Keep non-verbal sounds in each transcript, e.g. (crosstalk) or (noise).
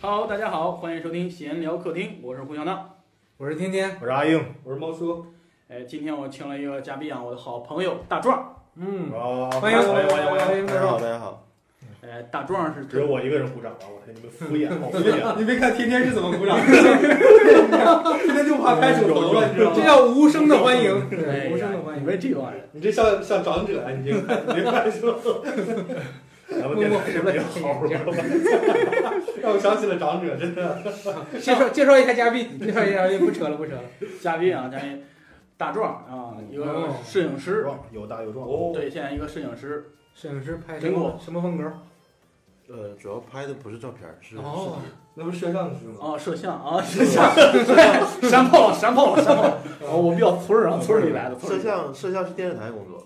Hello，大家好，欢迎收听闲聊客厅，我是胡小闹。我是天天，我是阿英。我是猫叔，哎，今天我请了一个嘉宾啊，我的好朋友大壮。嗯，啊，欢迎欢迎欢迎欢欢迎迎！大大家家好好，大家好。哎，大壮是只有我一个人鼓掌了，我天，你们敷衍，好敷 (laughs) 衍。啊你没看天天是怎么鼓掌的？天天就怕拍手头了，你知道吗？这叫无声的欢迎，哎对呀无声的欢你迎。们这帮人，你这像像长者，哎你这明白是吧？ (laughs) 咱们电台是没好了，让我想起了长者，真的。介绍介绍一下嘉宾，介绍一下嘉宾，不扯了，不扯了。嘉宾啊，嘉宾大壮啊，一个哦摄影师，有大有壮。对，现在一个摄影师，摄影师拍什苹么果什么风格？呃，主要拍的不是照片儿，是哦视频。那不是摄像师吗？啊，摄像 (laughs) 啊，摄像，山炮了，山炮了，山炮了。哦，我们叫村儿啊，村儿里来的，村儿里摄来的像，摄像是电视台工作，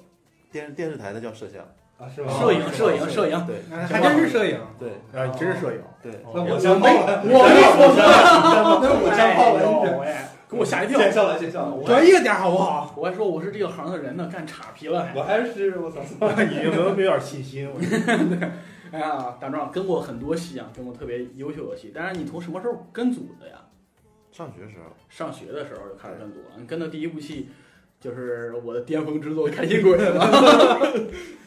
电电视台的叫摄像。啊，是吗？摄影，摄影，哦摄影。对哎还真是摄影。对啊，你真是摄影。对，那我先报了，我没说错，那我先报了，哎呦喂，哎给我吓一跳。见笑了，见笑了。我专业点好不好？我还说我是这个行的人呢，干岔皮了。我还是我操， (laughs) 你有没有有点信心？我哎呀，大壮跟过很多戏啊，跟过特别优秀的戏。但是你从什么时候跟组的呀？上学时候上学的时候就开始跟组了。你跟的第一部戏就是我的巅峰之作《开心鬼》了，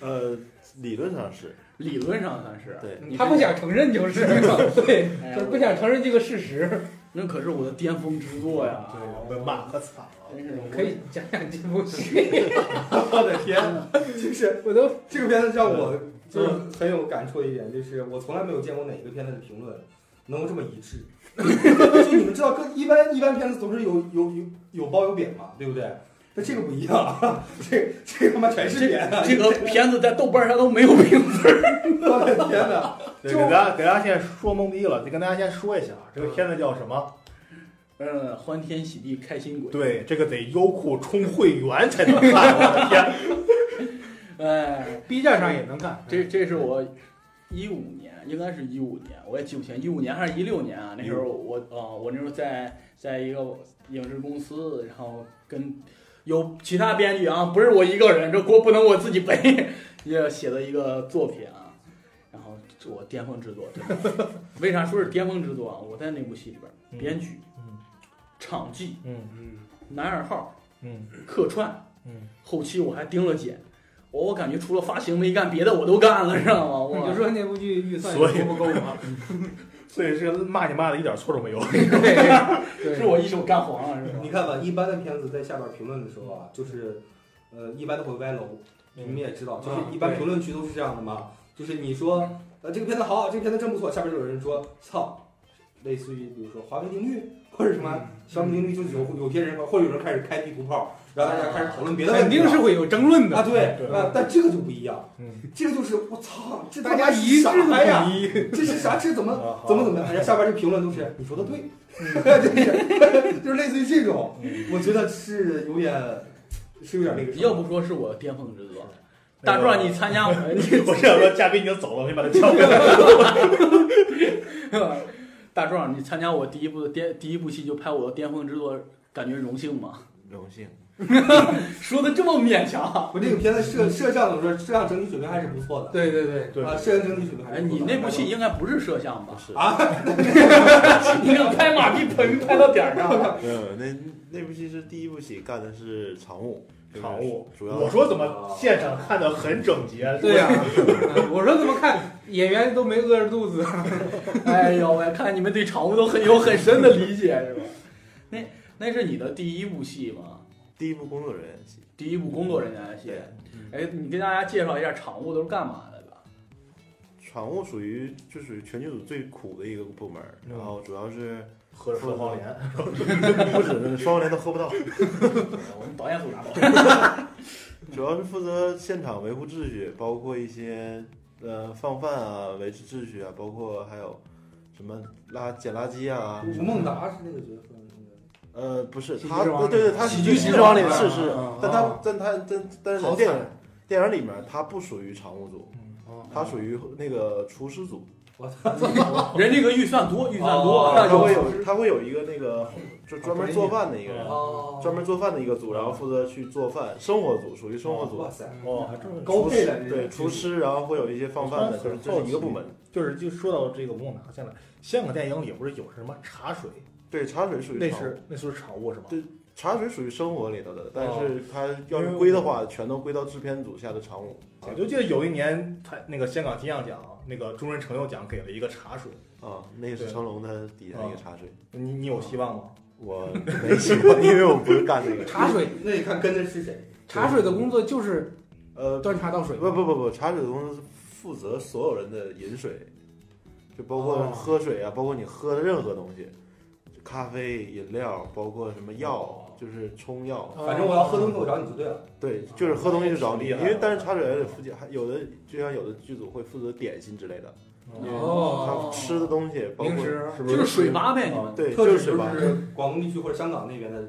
呃，理论上是理论上算是。对你他不想承认就是，对，哎呀就是不想承认这个事实。那可是我的巅峰之作啊呀！被骂可惨了，真是可以讲讲这部戏， (laughs) 我的天，就是我都这个片子让我嗯就是很有感触的一点，就是我从来没有见过哪一个片子的评论能够这么一致。 (laughs) 就你们知道，各一般一般片子总是有有有有褒有贬嘛，对不对？那这个不一样， (laughs) 这这他妈全是贬啊！这个片子在豆瓣上都没有评分。我的天哪！对，给大家给大家现在说懵逼了，就跟大家先说一下，这个片子叫什么？ (laughs) 嗯，欢天喜地开心鬼。对，这个得优酷充会员才能看，我的 (laughs) 天！哎， B 站上也能看。这这嗯是我一五年，应该是一五年，我也记不清，一五年还是一六年啊？那时候我啊、呃我那时候在在一个影视公司，然后跟有其他编剧啊，不是我一个人，这锅不能我自己背，也写了一个作品啊，然后这我巅峰之作，真 (laughs) 的为啥说是巅峰之作啊？我在那部戏里边儿，编剧、嗯场记、嗯嗯，男二号、嗯客串，嗯，后期我还盯了剪，我我感觉除了发行没干，别的我都干了，知道吗？你我就说那部剧预算所以也不够吗？所以这个骂你骂的一点错都没有。 (laughs) 对，是我一手干黄了，是吧你？看吧，一般的片子在下边评论的时候啊，就是呃，一般都会歪楼。你们也知道，嗯就是一般评论区都是这样的嘛，就是你说呃这个片子好，这个片子真不错，下边就有人说操，类似于比如说华为定律或者什嗯么小米定律，就是有有些人或者有人开始开地图炮，然后大家开始讨论别的问肯题了，定是会有争论的啊，对对啊，但这个就不一样，嗯这个就是我操，这大家一致啥的哎呀？统一。这是啥？这怎么啊好嗯怎么怎么样？人家下边这评论都是你说的对， (laughs) 就是就是类似于这种，嗯我觉得是有点是有点那个什么，要不说是我巅峰之作。那 (laughs) 大个壮，你参加我们， (laughs) 我想说嘉宾已经走了，我先把他叫回来。 (laughs) 大壮，你参加我第一部的巅第一部戏就拍我的巅峰之作，感觉荣幸吗？ (laughs) 荣幸。说的这么勉强。啊我这个片子摄 (laughs) 摄像怎么说？摄像整体水平还是不错的。对对对，对啊，摄像整体水平还哎，是不错你的。那部戏应该不是摄像吧不？是， (laughs) 你那个拍马屁盆拍到点儿上了。没有那那部戏是第一部戏，干的是常务。就是场务，主要我说怎么现场看的很整洁？对呀、嗯我说怎么看演员都没饿着肚子， (laughs) 哎呦喂，看你们对场务都很有很深的理解，是吧？那那是你的第一部戏吗？第一部工作人员戏，第一部工作人员的戏对。哎，你跟大家介绍一下场务都是干嘛的吧？常务属于就属于全剧组最苦的一个部门儿，嗯然后主 (laughs) 要是喝着双黄连，不止双连都喝不到， (laughs) 我们导演组拿包。主要是负责现场维护秩序，包括一些呃放饭啊、维持秩序啊，包括还有什么垃捡垃圾啊。吴孟达是那个角色，那呃，不是喜剧他，之王对对对，里他面喜喜剧剧之之王王里里面是是啊，但啊他但他但但是好在惨电影电影里面他不属于常务组，哦他属于那个厨师组。个 (laughs) 人这个预算多，预算多，哦那他就会有他会有一个那个就专门做饭的一个人，哦专门做饭的一个组，然后负责去做饭，生活组属于生活组哇，塞，哦，还真是高配的对厨，师，然后会有一些放饭的，就是这是一个部门。就是就说到这个我拿下来，香港电影里不是有什么茶水，对，茶水属于那生活是那是产物是吧？对茶水属于生活里头的，但是它要是归的话，全都归到制片组下的常务我啊就记得有一年他那个香港金像奖那个终身成就奖给了一个茶水，啊。那个是成龙他底下一个茶水，哦你你有希望吗？我没去过，因为我不是干这个。茶水那你看跟的是谁？茶水的工作就是呃，端茶倒水，不不不不，茶水公司负责所有人的饮水，就包括哦喝水啊，包括你喝的任何东西，咖啡、饮料，包括什么药哦，就是冲药。哦反正我要喝东西，我找你就对了。对，就是喝东西就找你，厉害因为但是茶水还得负责，还有的就像有的剧组会负责点心之类的，哦嗯他吃的东西，包括零食是不就是水吧呗，你们啊哦对，特就指是水吧就。是广东地区或者香港那边的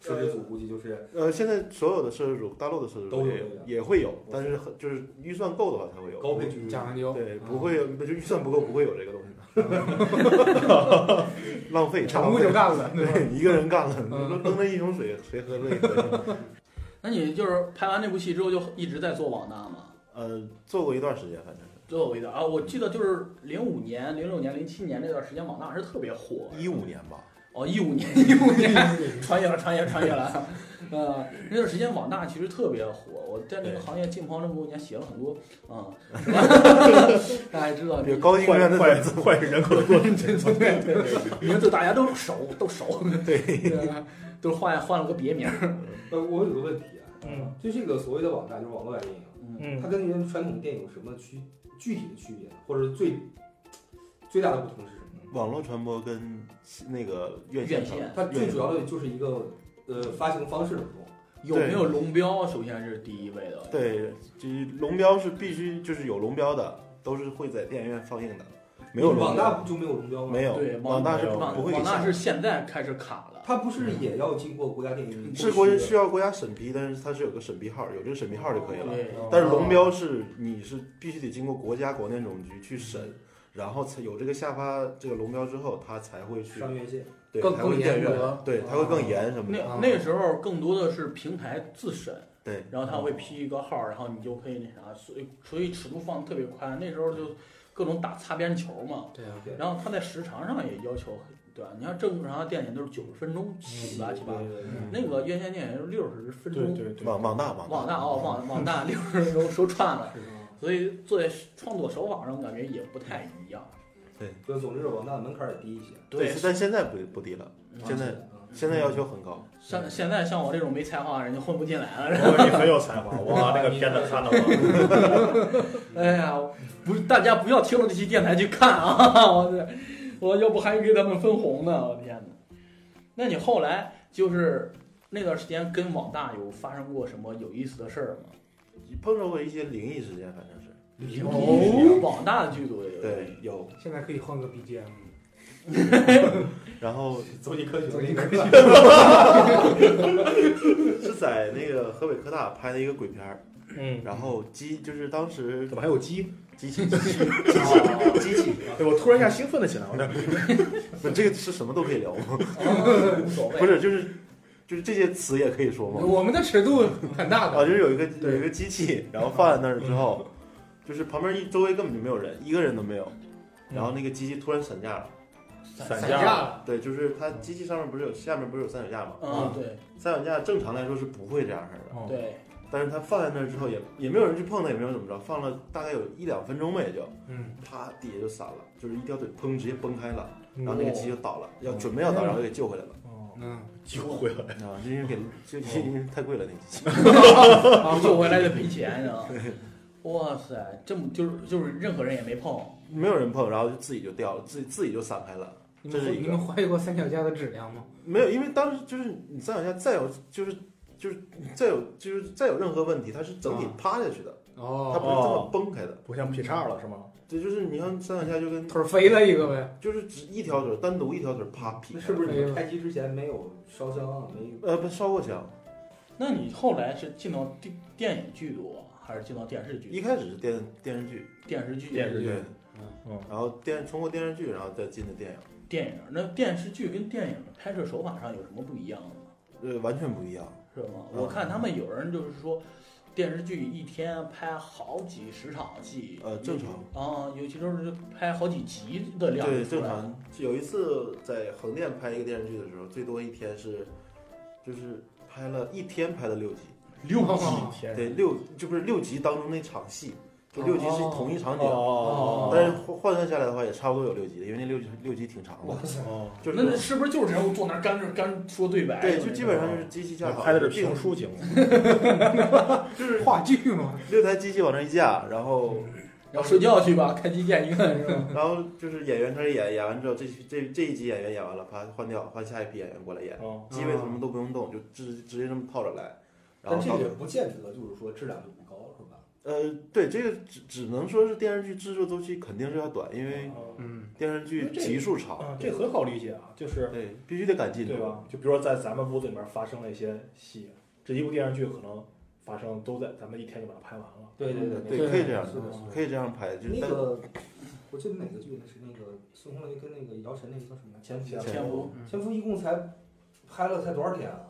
摄制组，估计就是呃，现在所有的摄制组，大陆的摄制都组有也这个也会有，但是很就是预算够的话才会有。高配剧讲究，对，嗯不会，有，就预算不够，不会有这个东西 (laughs) 的，浪费，产物浪就费干了，对吧对，一个人干了，嗯扔了一桶水，谁喝累喝？那你就是拍完那部戏之后就一直在做网大吗？呃，做过一段时间，反正是最后一段啊，我记得就是零五年、零六年、零七年那段时间，网大是特别火。一五年吧。哦，一五年， (laughs) 一五年，穿越了，穿越了，穿越了。呃，那段时间网大其实特别火，我在那个对行业浸泡那么多年，写了很多，嗯， (laughs) 大家知道，比如高精坏院的坏坏人口多，对对对，名字大家都熟，都熟， (laughs) 对，啊都换换了个别名儿，呃，我有个问题啊，嗯就这个所谓的网站，就是网络版电影，嗯，它嗯，跟原传统电影有什么区具体的区别呢，或者是最最大的不同是什么呢？网络传播跟那个院院传线它最主要的就是一个呃发行方式的不同。有没有龙标，啊首先是第一位的，对，就是龙标是必须就是有龙标的，都是会在电影院放映的，没有龙网标大就没有龙标吗？没有对，网大是网不会给网下大的是现在开始卡了，它不是也要经过国家电影局是国需要国家审批，但是它是有个审批号，有这个审批号就可以了。对，但是龙标是你是必须得经过国家广电总局去审，然后才有这个下发这个龙标之后，它才会去上院哦线？对更才会更严电格源，对，它会更严什么的。那那时候更多的是平台自审，对，然后他会批一个号，然后你就可以那啥，所以所以尺度放的特别宽。那时候就各种打擦边球嘛，对啊，然后他在时长上也要求很短，你像正常的电影都是九十分钟嗯起吧起吧，那个院线电影是六十分对钟，对对，网网大网网大哦网网大 (laughs) 六十分钟说串了，嗯所以做在创作手法上感觉也不太一样。就总之网大的门槛也低 (laughs) 一些。对，但现在不不低了，嗯现在嗯现在要求很高。像现在像我这种没才华的人就混不进来了。然后哦你很有才华，哇，这个片子看了吗？ (laughs) 哎呀，不是，大家不要听了这期电台去看啊！ (laughs) 我这，我要不还给他们分红呢！我天哪！那你后来就是那段时间跟网大有发生过什么有意思的事儿吗？碰到过一些灵异事件，反正是哦，网大的剧组也有。对有，啊现在可以换个 BGM，然后走进科学，走进科学 (laughs) 是在那个河北科大拍的一个鬼片儿，嗯，然后机就是当 (laughs) 时怎么还有鸡？机器机器哦机器，对我突然一下兴奋了起来，我这不这个是什么都可以聊吗？哦无所谓。(laughs) 不是，就是就是这些词也可以说吗？我们的尺度很大啊，的，就是有一个有一个机器，然后放在那儿之后，就是旁边一周围根本就没有人，一个人都没有。然后那个机器突然散架了，散散架架了，了，对，就是它机器上面不是有下面不是有三脚架吗？嗯，对三脚架正常来说是不会这样式儿的，哦 (laughs) 对，但是它放在那儿之后也也没有人去碰它，也没有怎么着，放了大概有一两分钟吧，也就嗯，啪底下就散了，就是一条腿砰直接崩开了，嗯然后那个机器就倒了，要准备要倒，然后给救回来了哦，嗯，救回来，啊，因为给就哦因为太贵了那机器， (laughs) 啊救回来得赔钱啊！哇塞，这么就是就是任何人也没碰，没有人碰，然后就自己就掉了，自己自己就散开了。你这是一们个你们怀疑过三脚架的质量吗？没有，因为当时就是你再往下再有就是就是再有就是再有任何问题，它是整体啊趴下去的，它哦，不是这么崩开的。不像劈叉了是吗？对，就是你看三两下就跟腿儿飞了一个呗，就是只一条腿单独一条腿啪劈那开，是不是你们开机之前没有烧香，没有呃，不烧过香，那你后来是进到电啊电影剧组还是进到电视剧？一开始是电电视剧，电视剧电视剧对，嗯然后电通过电视剧，然后再进的电影，电影那电视剧跟电影的拍摄手法上有什么不一样的吗？呃，完全不一样。是吗？嗯我看他们有人就是说，电视剧一天拍好几十场戏，呃，正常。啊，有些时候是拍好几集的量出来，对，正常。有一次在横店拍一个电视剧的时候，最多一天是，就是拍了一天拍了六集，六集。哦天对，六就不是六集当中那场戏，就六集是同一场景，哦但是换换算下来的话也差不多有六集，因为那六集六集挺长的，哦，就那那是是不是就是人物坐那儿干干说对白？对，就基本上就是机器架好，拍的是并评书节目，就是话剧 (laughs) 嘛，六台机器往那一架，然后然后睡觉去吧，开机见一哎看是吧？然后就是演员开始演，演完之后这这这一集演员演完了，啪换掉，换下一批演员过来演，哦，机位什么都不用动，就直直接这么套着来。然但后这到个也不见得就是说质量就不高，是吧？呃，对，这个只只能说是电视剧制作周期肯定是要短，因为 (laughs) 哦嗯，电视剧集数长，啊，这很好理解啊，就是对，必须得赶进度对。吧？就比如说在咱们屋子里面发生了一些戏，这一部电视剧可能发生都在咱们一天就把它拍完了。嗯对对对对，可以这样是的是的，可以这样拍，就是那但个，我记得哪个剧那是那个孙红雷跟那个姚晨那个叫什么来着？前前夫夫天不，嗯前夫一共才拍了才多少天啊？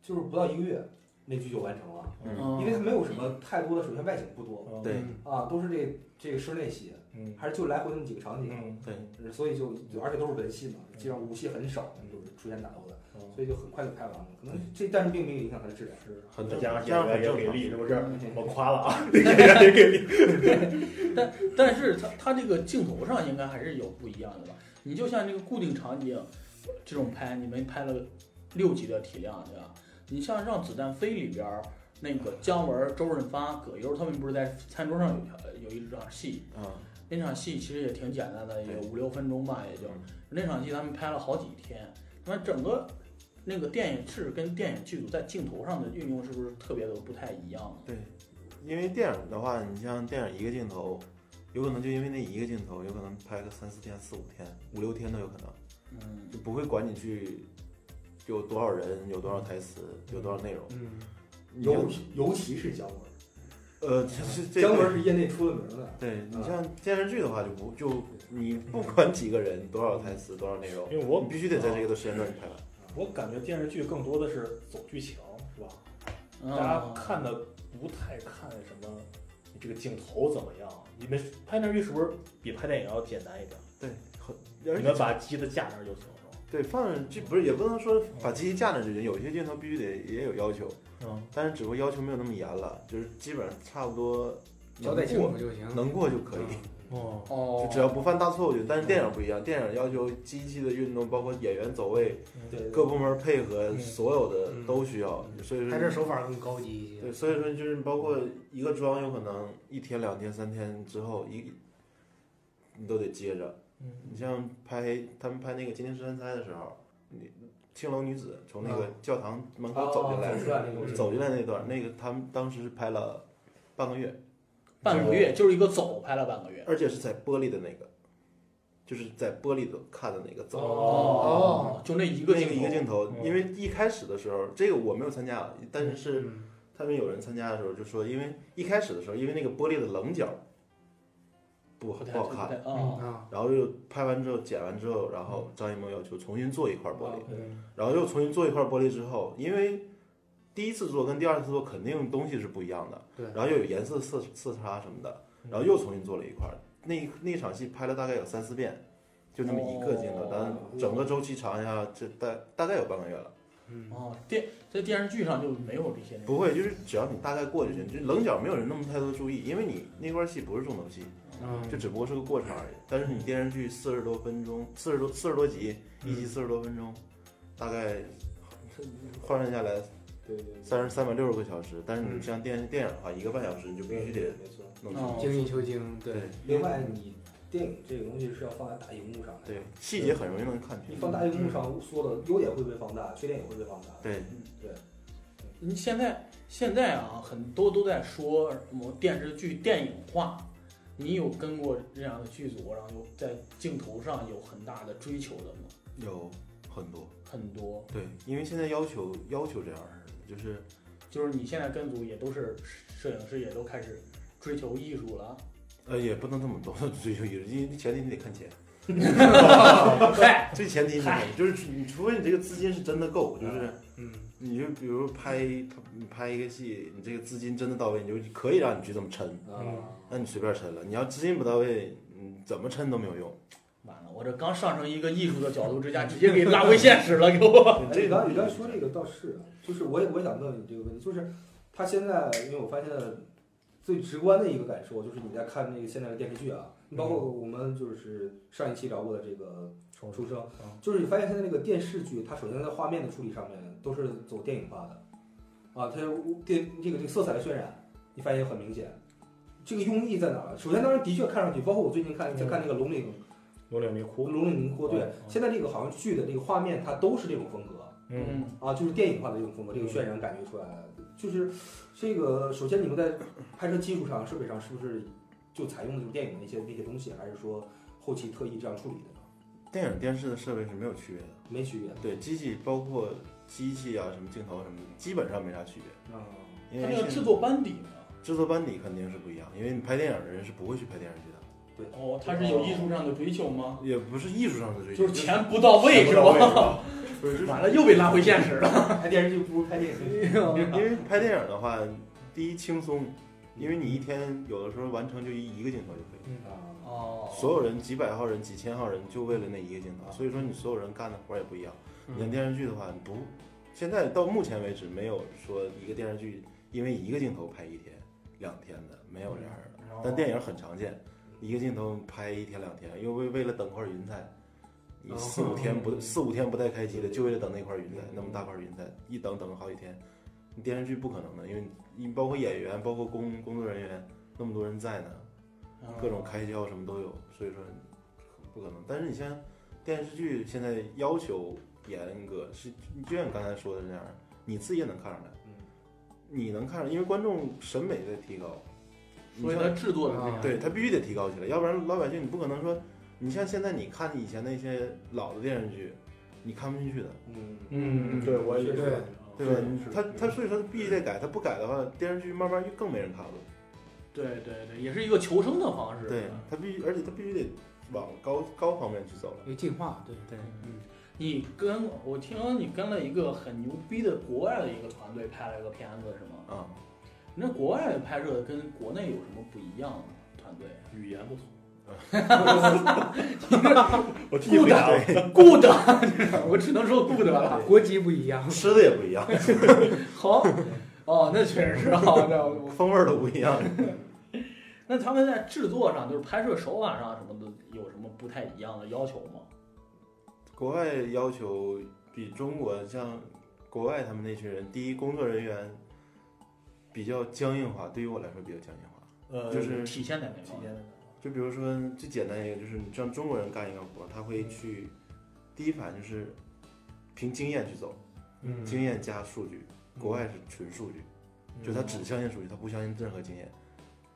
就是不到一个月，那剧就完成了，嗯，嗯因为它没有什么太多的，首先外景不多嗯对，啊，都是这这个室内戏，嗯还是就来回那么几个场景，嗯，对所以就就而且都是文戏嘛，基本上武戏很少，就是出现打斗的，嗯所以就很快就拍完了。可能这但是并没有影响它的质量。是很再正加常，上这演样员很也给力，正常。是不是？嗯我夸了啊， (laughs) (laughs) 演员也给力。但是它它这个镜头上应该还是有不一样的吧？你就像这个固定场景，这种拍你们拍了六集的体量，对吧？你像《让子弹飞》里边儿那个姜文、周润发、葛优他们不是在餐桌上有一条有一场戏，嗯，那场戏其实也挺简单的，也对五六分钟吧，也就那场戏他们拍了好几天，那整个那个电影制跟电影剧组在镜头上的运用是不是特别的不太一样呢？对，因为电影的话，你像电影一个镜头，有可能就因为那一个镜头，有可能拍个三四天、四五天、五六天都有可能，嗯，就不会管你去有多少人、有多少台词、有多少内容。嗯，你尤 (laughs) 尤其是姜文，呃，这是这姜个文是业内出了名的。对你啊像电视剧的话，就不就你不管几个人多少台词多少内容，因为我啊你必须得在这个时间段拍完。我感觉电视剧更多的是走剧情，是吧？嗯大家看的不太看什么你这个镜头怎么样。你们拍电视剧是不是比拍电影要简单一点？对，很你而们且把机子架那儿就行，是对放这不是也不能说把机器架那就行，有些镜头必须得也有要求，吧？嗯，但是只不过要求没有那么严了，就是基本上差不多交能代清过楚嗯就行。嗯能过就可以，哦，哦就，只要不犯大错误就。但是电影不一样，电影要求机器的运动，包括演员走位，对，各部门配合，所有的嗯都需要，所以说拍摄手法更高级一些对，。所以说就是包括一个妆，有可能一天、两天、三天之后，一你都得接着。嗯你像拍他们拍那个《今天吃饭菜》的时候，你青楼女子从那个教堂门口走进来，嗯出哦来那个哦走进来那段，那个他们当时是拍了半个月，半个月就是一个走拍了半个月。而且是在玻璃的那个，就是在玻璃的看的那个走。哦，就那一一个个镜一头个镜头，嗯因为一开始的时候，这个我没有参加，但是嗯是他们有人参加的时候就说，因为一开始的时候，因为那个玻璃的棱角不不不太好不看，太哦啊，啊，然后又拍完之后剪完之后，然后张艺谋要求重新做一块玻哦璃，嗯然后又重新做一块玻璃之后，因为第一次做跟第二次做肯定东西是不一样的，对然后又有颜色色色差什么的，嗯然后又重新做了一块，那那场戏拍了大概有三四遍，就那么一个镜头哦，但整个周期长一下，这大大概有半个月了。哦，电在电视剧上就没有这些内容。不会，就是只要你大概过就行，就棱角没有人那么太多注意，因为你那块戏不是重头戏，嗯就只不过是个过程而已。但是你电视剧四十多分钟，四十多四十多集，一集四十多分钟，大概换算下来对对对，三十三百六十个小时。但是你像电电影的话，一个半小时你就必须得没错。弄哦嗯出。精益求精，对，另外，你电影这个东西是要放在大荧幕上的，对，细节很容易能看你清。放大荧幕上说的优点会被放大，缺点也会被放大。对，你现在现在啊，很多都在说什么电视剧电影化，你有跟过这样的剧组，然后有在镜头上有很大的追求的吗？有很多。很多，对，因为现在要求要求这样儿似的，就是就是你现在跟组也都是摄影师也都开始追求艺术了，呃，也不能这么多 (laughs) 追求艺术，因为前提你得看钱，嗨，这前提是嗨就是你除非你这个资金是真的够，就是嗯，你就比如拍嗯拍一个戏，你这个资金真的到位，你就可以让你去这么抻，嗯那你随便抻了。你要资金不到位，嗯，怎么抻都没有用。完了，我这刚上升一个艺术的角度之下，直接给拉回现实了，给我。啊哎，你刚你刚才说这个倒是啊，就是我也我也想问你这个问题，就是他现在，因为我发现最直观的一个感受就是你在看那个现在的电视剧啊，包括我们就是上一期聊过的这个《出生》嗯，就是你发现现在这个电视剧，它首先在画面的处理上面都是走电影化的，啊，它电这个这个色彩的渲染，你发现很明显，这个用意在哪儿？首先，当然的确看上去，包括我最近看在看那个《龙岭有两米哭，龙岭宁波》，对嗯，现在这个好像剧的这个画面它都是这种风格。嗯，啊，就是电影化的这种风格，这个渲染感觉出来了。就是这个，首先你们在拍摄技术上、设备上是不是就采用的就是电影的那些那些东西，还是说后期特意这样处理的呢？电影电视的设备是没有区别的，没区别对机器包括机器啊什么镜头什么的，基本上没啥区别。啊。他因为那个现制作班底呢？制作班底肯定是不一样，因为你拍电影的人是不会去拍电视剧的，哦，他是有艺术上的追求吗？也不是艺术上的追求，就是钱不到位是吧？ (laughs) 不是，就是完了又被拉回现实了。 (laughs) 拍电视剧不如拍电影。 (laughs) 因为拍电影的话，第一轻松，因为你一天有的时候完成就一一个镜头就可以了。嗯啊，哦所有人几百号人、几千号人就为了那一个镜头，所以说你所有人干的活儿也不一样。你看电视剧的话，你不，现在到目前为止没有说一个电视剧因为一个镜头拍一天、两天的，没有这样的。但电影很常见，一个镜头拍一天两天，因为为了等块云彩，哦你四五天 (laughs) 不四五天不带开机的，就为了等那块云彩，那么大块云彩，一等等好几天。你电视剧不可能的，因为你包括演员，包括工工作人员，那么多人在呢，嗯各种开销什么都有，所以说不可能。但是你像电视剧现在要求严格，是就像你刚才说的那样，你自己也能看出来，嗯你能看出来，因为观众审美在提高，你嗯所以像他制作的啊这样对他必须得提高起来，要不然老百姓你不可能说，你像现在你看以前那些老的电视剧，你看不进去的，嗯，嗯，对我也对对，对吧是？你是他他所以说必须得改，他不改的话，电视剧慢慢就更没人看了。对对对，也是一个求生的方式。对啊他必须，而且他必须得往高高方面去走了。有进化，对对嗯你跟我听你跟了一个很牛逼的国外的一个团队拍了一个片子是吗？啊、那国外拍摄跟国内有什么不一样吗？团队啊语言 (laughs) 不通，嗯我替你回答，good，我 (laughs) 只能说 good 了。国籍不一样， (laughs) 吃的也不一样，好，哦，那确实是啊，那我风味儿都不一样。 (laughs) 那他们在制作上，就是拍摄手法上什么的，有什么不太一样的要求吗？国外要求比中国像国外他们那群人，第一工作人员比较僵硬化，对于我来说比较僵硬化。呃，就是体现在哪体方面？验就比如说最简单一个，就是你像中国人干一个活儿，他会去第一反应就是凭经验去走，嗯经验加数据。国外是纯数据，嗯就他只相信数据，他不相信任何经验。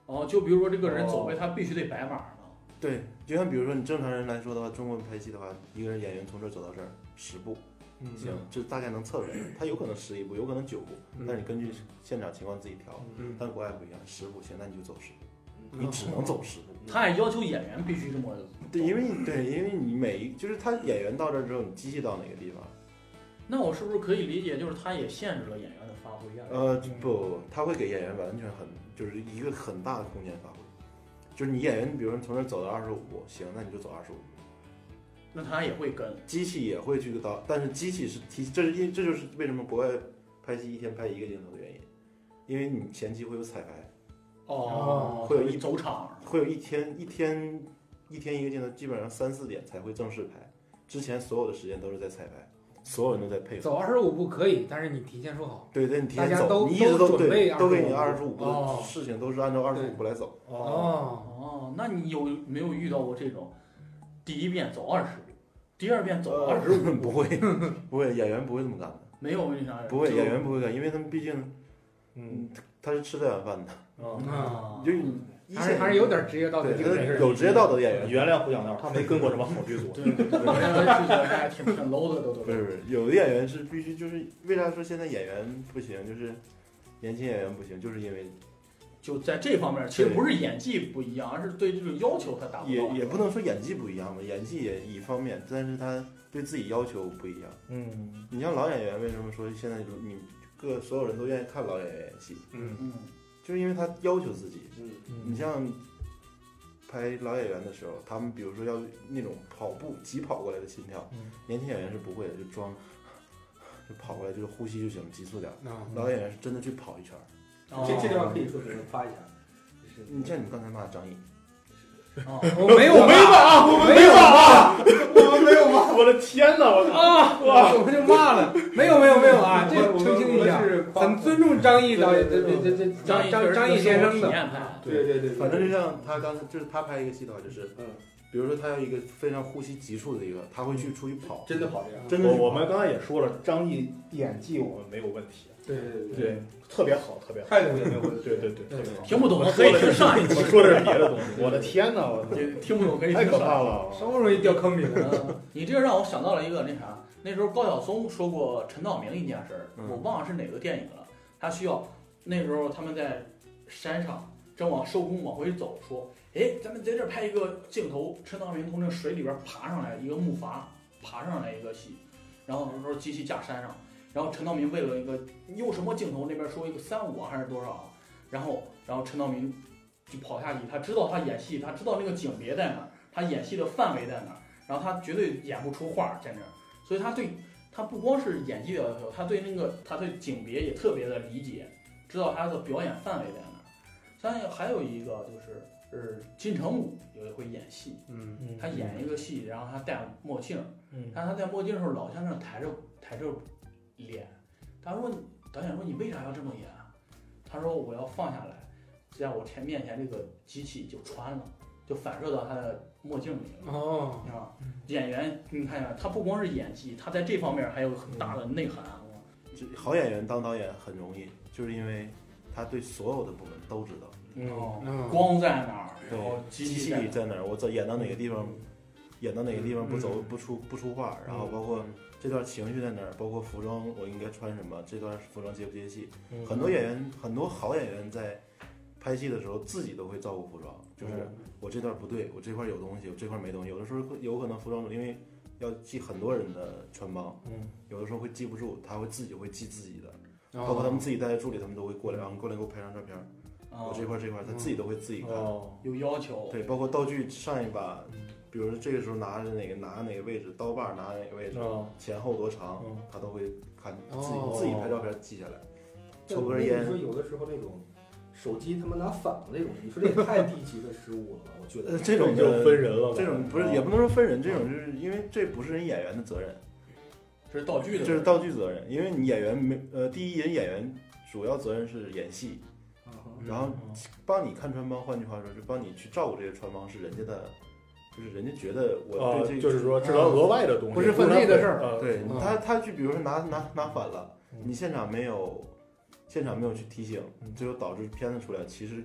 哦，就比如说这个人走位，他必须得摆码呢。对，就像比如说你正常人来说的话，中国人拍戏的话，一个人演员从这儿走到这儿十步，嗯行，就大概能测 (clears throat) 出来。他有可能十一步，有可能九步，但是你根据现场情况自己调。嗯但国外不一样，十步行，那你就走十步，嗯你只能走十步。嗯他也要求演员必须这么对，因为你对，因为你每一就是他演员到这儿之后，你机器到哪个地方？那我是不是可以理解，就是他也限制了演员的发挥啊？呃，不不，不他会给演员完全很就是一个很大的空间发挥。就是你演员，你比如说从这儿走到二十五步，行，那你就走二十五步。那他也会跟。机器也会去到，但是机器是提，这是因这就是为什么国外拍戏一天拍一个镜头的原因，因为你前期会有彩排，哦，会有一走场。会有一天一天一天一个镜头，基本上三四点才会正式拍，之前所有的时间都是在彩排，所有人都在配合。走二十五步可以，但是你提前说好，对对，你提前大家都走，你一直都准备对， 25都给你二十五步步的事情都是按照二十哦对五步来走。哦，哦，哦，那你有没有遇到过这种？第一遍走二十步，第二遍走二十十五哦 (laughs) 不会，不会，演员不会这么干的，没有那啥人。不会，就演员不会干，因为他们毕竟嗯他是吃这碗饭的，哦啊，啊，就是你一嗯还是线还是有点职业道德对精神有职业道德的演员。原谅胡小闹，他没跟过什么好剧组，对，对对，这个还挺挺 low 的，都都不是不是，有的演员是必须就是为啥说现在演员不行，就是年轻演员不行，就是因为就在这方面，其实不是演技不一样，而是对这种要求他达不也到。也不能说演技不一样吧，演技也一方面，但是他对自己要求不一样。嗯你像老演员，为什么说现在你各所有人都愿意看老演员演戏，嗯嗯，就是因为他要求自己。你嗯，像拍老演员的时候，他们比如说要那种跑步急跑过来的心跳，嗯年轻演员是不会的，就装就跑过来就是呼吸就行，急速点儿。啊，老演员是真的去跑一圈儿。嗯这这地个方可以说什么夸一下，就是你像你刚才骂张译，哦嗯我没有，我没啊骂，我没有骂，我们没有骂，我的天哪，我操！啊我们就骂了，没有没有没有啊，这我我澄清一下我们，是夸很尊重张译导演，这对对这这这张张译张张译先生体的，验派，对对对，反正就像他刚才就是他拍一个戏的话，就是嗯，比如说他要一个非常呼吸急促的一个，他会去出去跑，真的跑这样，真的嗯我去跑我们刚才也说了，张译演技我们没有问题，啊对对对，对，特别好，特别好。态度也没有问题，对对对，特别好。听不懂我可说以的听是上一我期，说的是别的东西。我的天哪，我你听不懂可以太听可上一期。怕 (laughs) 了！稍不容易掉坑里了。嗯你这个让我想到了一个那啥，那时候高晓松说过陈道明一件事儿，嗯我忘了是哪个电影了。他需要那时候他们在山上正往收工往回走，说：“哎，咱们在这儿拍一个镜头，陈道明从那水里边爬上来，一个木筏爬上来一个戏。”然后他说机器架山上，然后陈道明为了一个用什么镜头那边说一个三五啊还是多少啊，然后然后陈道明就跑下去，他知道他演戏，他知道那个景别在哪儿，他演戏的范围在哪儿，然后他绝对演不出画儿在那儿，所以他对他不光是演技的要求，他对那个他对景别也特别的理解，知道他的表演范围在哪儿。相信还有一个就是是金城武也会演戏，嗯，嗯他演一个戏，然后他戴墨镜，嗯但他戴墨镜的时候老向上抬着抬着脸。他说你导演说你为啥要这么演啊？他说我要放下来，在我前面前这个机器就穿了，就反射到他的墨镜里了。哦，啊，演员你看一下，他不光是演技，他在这方面还有很大的内涵。啊就好演员当导演很容易，就是因为他对所有的部分都知道，哦，嗯光在哪儿，然后对，机机器在哪器儿在哪儿，我走演到哪个地方，演到哪个地方不走嗯不出不出话，然后包括这段情绪在哪儿，包括服装我应该穿什么，这段服装接不接戏，嗯嗯很多演员很多好演员在拍戏的时候自己都会照顾服装，就是我这段不对，我这块有东西，我这块没东西，有的时候会有可能服装组因为要记很多人的穿帮，嗯，有的时候会记不住，他会自己会记自己的。包括他哦，们自己带的助理，他们都会过来，啊，你过来给我拍张照片儿，啊我这块儿这块儿，他自己都会自己看。哦，有要求。对，包括道具上一把，比如说这个时候拿着哪个拿哪个位置，刀把拿哪个位置，哦，前后多长嗯，他都会看自哦己自己拍照片儿记下来。但抽根那你烟说有的时候那种手机他妈拿反了那种，你说这也太低级的失误了吧？我觉得呃，这种就的分，人了吧，这种不是也不能说分人，这种就是因为这不是人演员的责任，这是道具的，这是道具责任，因为你演员没呃，第一人演员主要责任是演戏，啊嗯，然后帮你看穿帮，换句话说，就帮你去照顾这些穿帮是人家的，就是人家觉得我哦对这，就是说这道额外的东西，不是分内的事儿呃对嗯他，他就比如说拿拿拿反了嗯，你现场没有，现场没有去提醒嗯，最后导致片子出来其实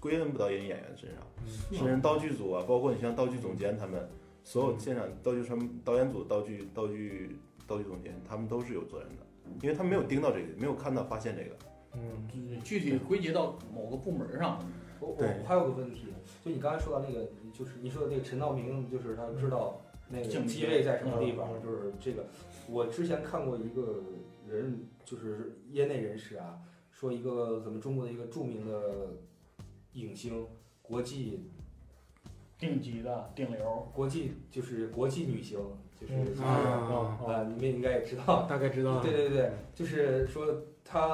归根不到人演员身上，嗯是人道具组啊，包括你像道具总监他们，所有嗯现场道具什么导演组、道具道具道具总监，他们都是有责任的，因为他没有盯到这个，没有看到发现这个。嗯具具体归结到某个部门上。我我对我还有个问题，就你刚才说到那个，就是你说的那个陈道明，就是他知道那个正机位在什么地嗯方，就是这个。我之前看过一个人，就是业内人士啊，说一个咱们中国的一个著名的影星，国际顶级的顶流，国际就是国际女星，就是嗯就是啊哦啊，你们应该也知道，大概知道了，对对对，就是说他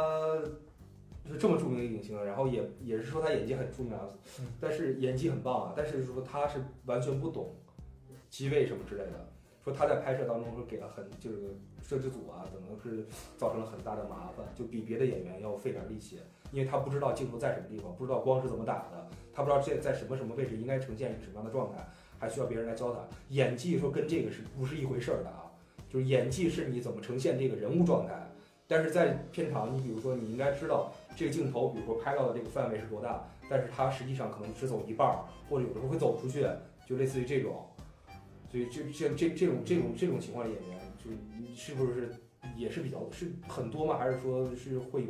就这么著名的影星，然后也也是说他演技很出名啊嗯，但是演技很棒啊，但是说他是完全不懂机位什么之类的。说他在拍摄当中说给了很就是摄制组啊，可能是造成了很大的麻烦，就比别的演员要费点力气，因为他不知道镜头在什么地方，不知道光是怎么打的，他不知道这在什么什么位置应该呈现一个什么样的状态，还需要别人来教他。演技说跟这个是不是一回事儿的啊？就是演技是你怎么呈现这个人物状态，但是在片场，你比如说你应该知道这个镜头，比如说拍到的这个范围是多大，但是它实际上可能只走一半儿，或者有时候会走出去，就类似于这种。所以这这这这种这种这种情况的演员，就是你是不是也是比较是很多吗？还是说是会有？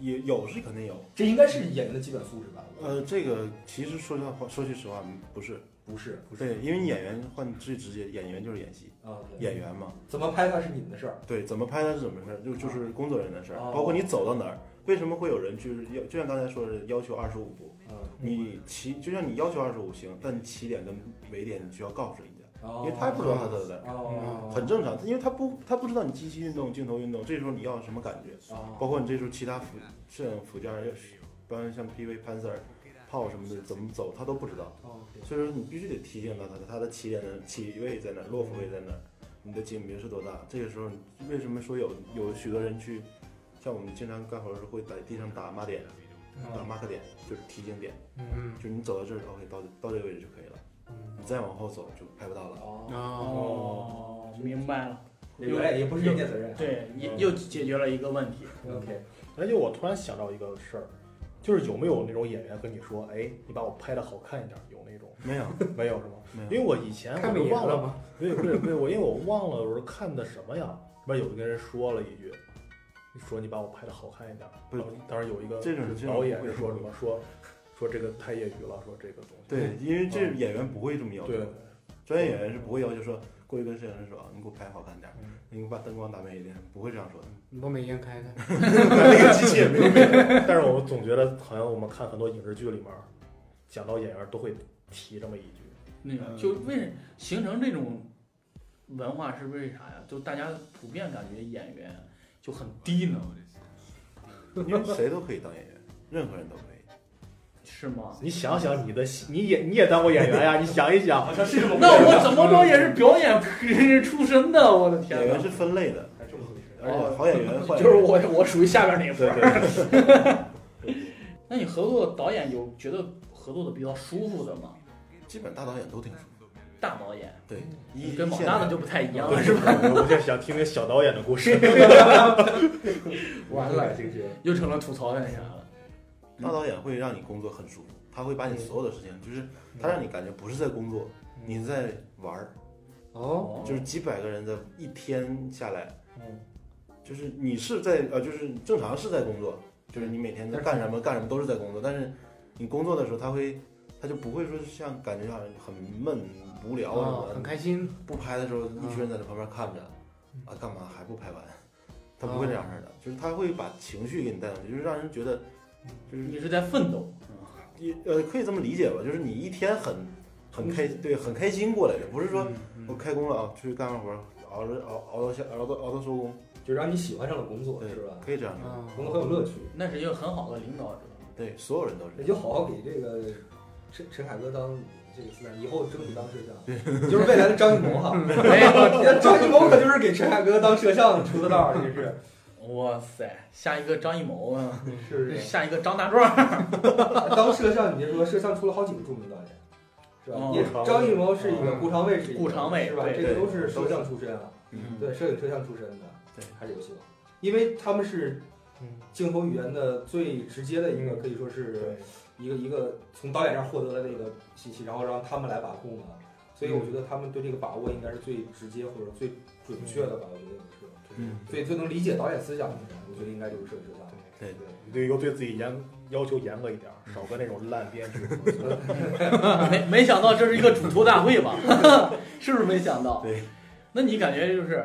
也有是肯定有，这应该是演员的基本素质吧？我觉得呃，这个其实说句话，说句实话，不是，不是，不是对，因为你演员换最直接，演员就是演戏，啊，对演员嘛，怎么拍它是你们的事儿，对，怎么拍它是怎么回事，就就是工作人员的事儿，哦包括你走到哪儿，为什么会有人就是要，就像刚才说的，要求二十五步，嗯，你起就像你要求二十五行，但你起点跟尾点你需要告诉人家，因因为他不知道他在哪儿，嗯哦，很正常，因为他不他不知道你机器运动、镜头运动，这时候你要什么感觉，哦包括你这时候其他附摄影附件儿，包括像 PV、Panzer、炮什么的怎么走，他都不知道。哦对所以说你必须得提醒到他，他的起点的起位在哪儿，落伏位在哪儿，你的警觉是多大。这个时候，你为什么说有有许多人去，像我们经常干活的时候会在地上打码点，嗯哦打 mark 点，就是提醒点，嗯就是你走到这儿，OK，到到这个位置就可以了。你再往后走就拍不到了。哦，啊，哦，明白了，原来也不是人家责任，对，也又解决了一个问题。 ，OK，而且哎我突然想到一个事儿，就是有没有那种演员跟你说，哎，你把我拍的好看一点儿，有那 (laughs) 种没有，没有是吗？没有嗯因为我以前看我美就颜忘了了，吗？对对对，我因为我忘了我是看的什么呀，里边有一个人说了一句，说你把我拍的好看一点儿，不然后当时有一个这种 (laughs) 这种导演不是会说什么说说这个太业余了，说这个东西对，因为这演员不会这么要求对的，专业演员是不会要求说过去跟摄影师说，啊你给我拍好看点儿嗯，你给我把灯光打美一点，不会这样说的。你把美颜开 (laughs) 开。 (laughs) 那个机器也没有变。但是我们总觉得好像我们看很多影视剧里面，讲到演员都会提这么一句，那个就为形成这种文化是为啥呀？就大家普遍感觉演员就很低能，因为谁都可以当演员，任何人都可以。是吗？你想想你的戏，你也你也当过演员呀，你想一想，好像是这么回那事我怎么着也是表演 (laughs) 出身的，我的天演员哪！是分类的，还这么回事而且好演员 (laughs) 坏哦就是我，我属于下边那一波 (laughs) 对。对那你合作的导演有觉得合作的比较舒服的吗？对， (laughs) 基本大导演都挺舒服。大导演对，一嗯跟老大的就不太一样了，对是吧？吧？我就想听听小导演的故 (laughs) 事。完了，这个是 (laughs) 又成了吐槽的那啥了。大导演会让你工作很舒服，他会嗯把你所有的事情，就是他让你感觉不是在工作，你在玩儿，哦，就是几百个人在一天下来，嗯就是你是在呃，就是正常是在工作，就是你每天在干什么干什么都是在工作，但是你工作的时候他会。他就不会说像感觉好像很闷无聊啊什么哦的，很开心。不拍的时候，一群人在这旁边看着，嗯啊，干嘛还不拍完？他不会这样哦式的，就是他会把情绪给你带上去，就是让人觉得，嗯就是你是在奋斗，嗯你呃，可以这么理解吧，就是你一天很很开，嗯对，很开心过来的，不是说嗯我开工了啊，出去干完活，熬着熬熬到下熬到熬到收工，就让你喜欢上了工作，对是吧，？可以嗯这样的，啊，工作很有乐趣，那是一个很好的领 (laughs) 导者。嗯对，所有人都是这那样。就好好给这个陈陈凯歌当这个思想，以后争取当摄 (laughs) 像，就是未来的张艺谋哈。没有，哦那张艺谋可就是给陈凯歌当摄像出的道哦儿，这是哇塞，下一个张艺谋啊，嗯是不是？下一个张大壮，当摄像，你别说，摄像出了好几个著名导演，是吧哦？也顾长卫张艺谋是一个，哦嗯顾长卫是一个，顾长卫是吧？对哎这个对都是摄像出身啊，嗯对，摄影摄像出身的，对，还是有希望，因为他们是嗯镜头语言的最直接的一个，嗯可以说是对，一个一个从导演那儿获得的那个信息，然后让他们来把控的，所以我觉得他们对这个把握应该是最直接或者最准确的吧，我觉得是，嗯，最最能理解导演思想的人，我觉得应该就是摄影摄像。对对。你对以后对自己严要求严格一点儿，少跟那种烂编剧合作。没 (laughs) 没想到这是一个主播大会吧？ (laughs) 是不是没想到？对。那你感觉就是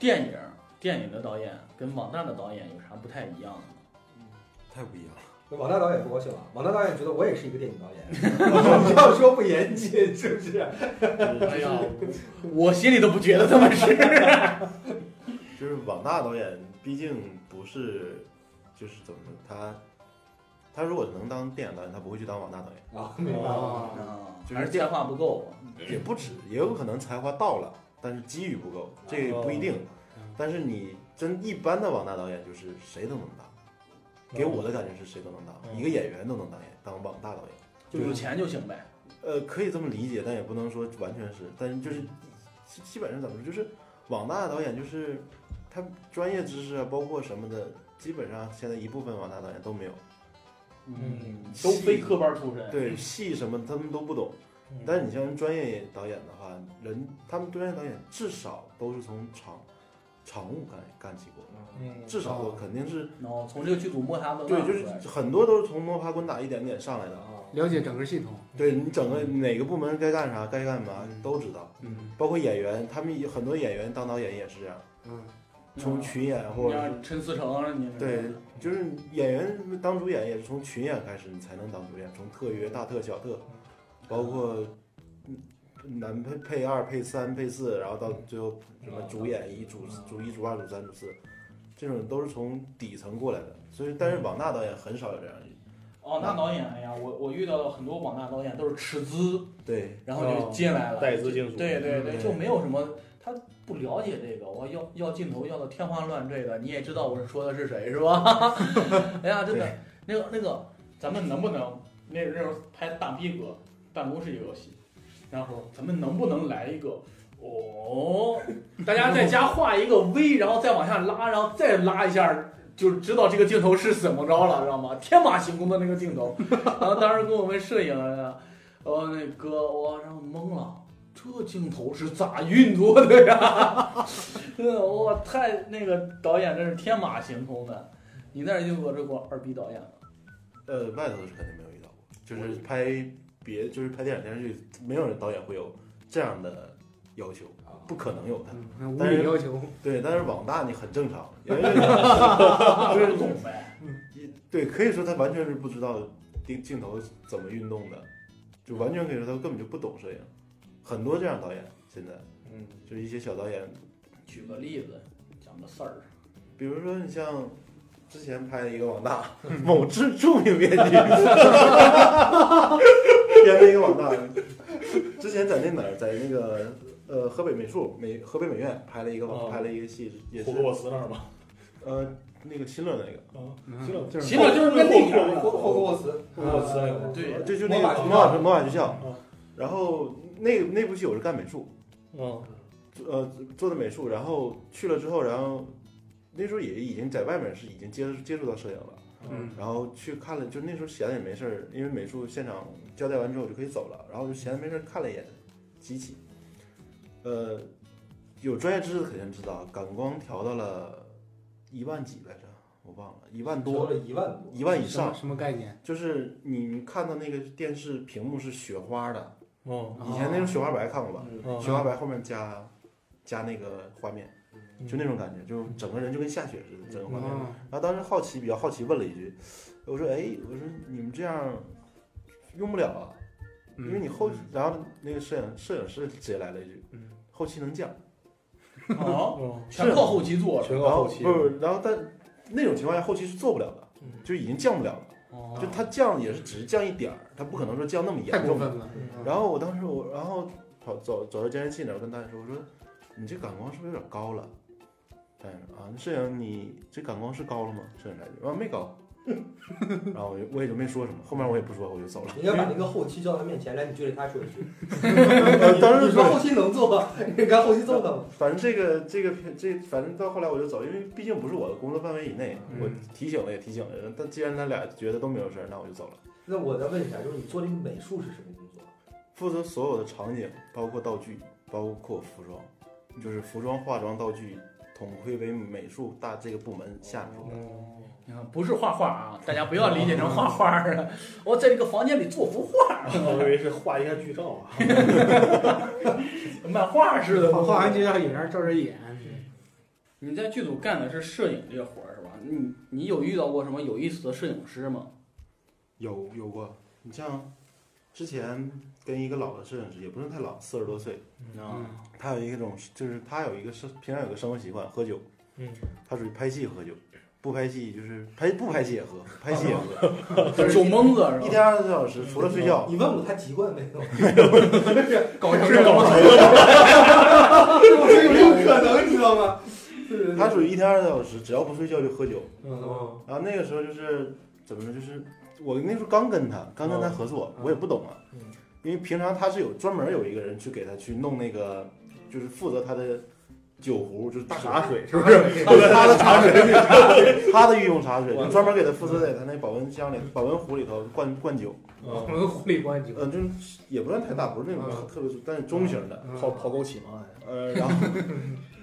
电影电影的导演跟网大的导演有啥不太一样的吗？太不一样了。那王大导演不高兴了，王大导演觉得我也是一个电影导演，这样说不严谨是不是？ (laughs) 哎呀，我心里都不觉得这么是。就是网大导演，毕竟不是，就是怎么说，他他如果能当电影导演，他不会去当网大导演。啊，明白了。啊，啊就 (laughs) 是还是电话不够。啊也不止，也有可能才华到了，但是机遇不够，这个也不一定。嗯但是你真一般的网大导演就是谁都能当，给我的感觉是谁都能当，嗯一个演员都能当演当网大导演。就有钱就行呗。呃，可以这么理解，但也不能说完全是，但是就是基基本上怎么说，就是网大导演就是他专业知识啊，包括什么的，基本上现在一部分网大导演都没有，嗯，都非科班出身。对戏什么他们都不懂。嗯但是你像专业导演的话，人他们专业导演至少都是从厂常务干干起过，嗯至少我肯定是然后从这个剧组摸爬滚打对，出就是来，很多都是从摸爬滚打一点点上来的。啊了解整个系统，对你整个哪个部门该干啥该干嘛都知道，嗯包括演员，他们有很多演员当导演也是这样，嗯，从群演或嗯你者像陈思诚，你对，就是演员当主演也是从群演开始，你才能当主演，从特约、大特、小特，包括嗯男配配二、配三、配四，然后到最后什么主演一、主主一、主二、主三、主四，这种都是从底层过来的。所以，但是网大导演很少有这样的，哦，那导演，哎呀，我我遇到了很多网大导演都是斥资，对，然后就进来了，哦带资进组对对对，嗯就没有什么他不了解这个，我要要镜头要的天花乱坠的，你也知道我是说的是谁是吧？ (laughs) 哎呀，真的，那个那个，咱们能不能那那时候拍大逼格办公室游戏，然后咱们能不能来一个？哦，大家在家画一个 V，然后再往下拉，然后再拉一下，就知道这个镜头是怎么着了，知道吗？天马行空的那个镜头。 (laughs) 然后当时跟我们摄影，呃，那哥，我然后懵了，这镜头是咋运作的呀？ (laughs) 真的，啊我太那个导演真是天马行空的。你那儿遇过这个二逼导演吗？呃，外头是肯定没有遇到过，就是拍别就是拍电影电视剧，没有人导演会有这样的要求，不可能有的。嗯无理要求，对，但是网大你很正常，因为不懂呗。对，可以说他完全是不知道镜镜头怎么运动的，就完全可以说他根本就不懂摄影。很多这样导演现在嗯就是一些小导演，举个例子，讲个事儿。比如说你像之前拍的一个网大某知著名编剧，编了一个网大，之前在那哪儿，在那个呃河北美术美河北美院拍了一个、哦拍了一个戏，也是葫芦沃斯那儿嘛，呃那个新乐那个。嗯行了就是其实就是跟那个霍霍格沃茨，葫芦沃斯那块儿，对，呃对，就那个魔魔法法学魔法学校嗯，然后那那部戏我是干美术，嗯呃，做的美术，然后去了之后，然后那时候也已经在外面是已经接触接触到摄影了，嗯然后去看了，就那时候闲着也没事儿，因为美术现场交代完之后我就可以走了，然后就闲着没事儿看了一眼机器，呃，有专业知识的肯定知道，感光调到了一万几来着，我忘了，一万多多，了一万多，一万以什么上，什么概念？就是你看到那个电视屏幕是雪花的。嗯以前那种雪花白看过吧？嗯雪花白后面加加那个画面，嗯就那种感觉，就整个人就跟下雪似的，整个画面。嗯哦，然后当时好奇，比较好奇问了一句，我说：“哎，我说你们这样用不了啊，因嗯为你后……然后那个摄影摄影师直接来了一句嗯，后期能降。啊，嗯，全靠后期做了。全然靠后后期不，是，然后但那种情况下后期是做不了的，嗯就已经降不了了。哦就它降也是只是降一点儿，它不可能说降那么太严过重。分了，嗯然后我当时我，然后跑走走到监视器那儿，我跟导演说：“我说你这感光是不是有点高了？”导演说：“啊，摄影你这感光是高了吗？”摄影来一句：“啊，没高。” (laughs) 然后我就我也就没说什么，后面我也不说，我就走了。你应该把那个后期叫到他面前来，你对着他说一句，呃当你时说后期能做，你看后期做的吗？反正这个这个片这反正到后来我就走，因为毕竟不是我的工作范围以内，嗯我提醒了也提醒了，但既然他俩觉得都没有事儿，那我就走了。那我再问一下，就是你做这个美术是什么工作？负责所有的场景，包括道具，包括服装，就是服装、化妆、道具统归为美术大这个部门下属的。嗯你看，不是画画啊，大家不要理解成画画啊。 (laughs) 我在这个房间里做幅画，我以为是画一下剧照啊，哦漫画似的。画画完就让演员照着演，你在剧组干的是摄影这个活儿是吧？你你有遇到过什么有意思的摄影师吗？有有过，你像之前跟一个老的摄影师，也不是太老，四十多岁，啊，他有一种就是他有一个生平常有个生活习惯，喝酒。嗯，他属于拍戏喝酒，不拍戏就是拍不拍戏也喝，拍戏也喝，酒蒙子一是吧？天二十四小时除了睡觉，你问过他籍贯没 (laughs) 有？ (laughs) 搞成这种我说有没有可能，你知道吗？嗯是他属于一天二十四小时只要不睡觉就喝酒。嗯，然后那个时候就是怎么说，就是我那时候刚跟他刚跟他合作，我也不懂啊，哦嗯因为平常他是有专门有一个人去给他去弄那个，就是负责他的酒壶，就是大茶水是是不是？嗯他的茶 (laughs) 水，他的御用茶水，就专门给他负责在他那保温箱里、保温壶里头灌灌酒，嗯我嗯们狐狸关酒，呃，就是也不算太大，不是那种嗯特别，但是中型的，嗯跑跑枸杞嘛，呃，然后 (laughs)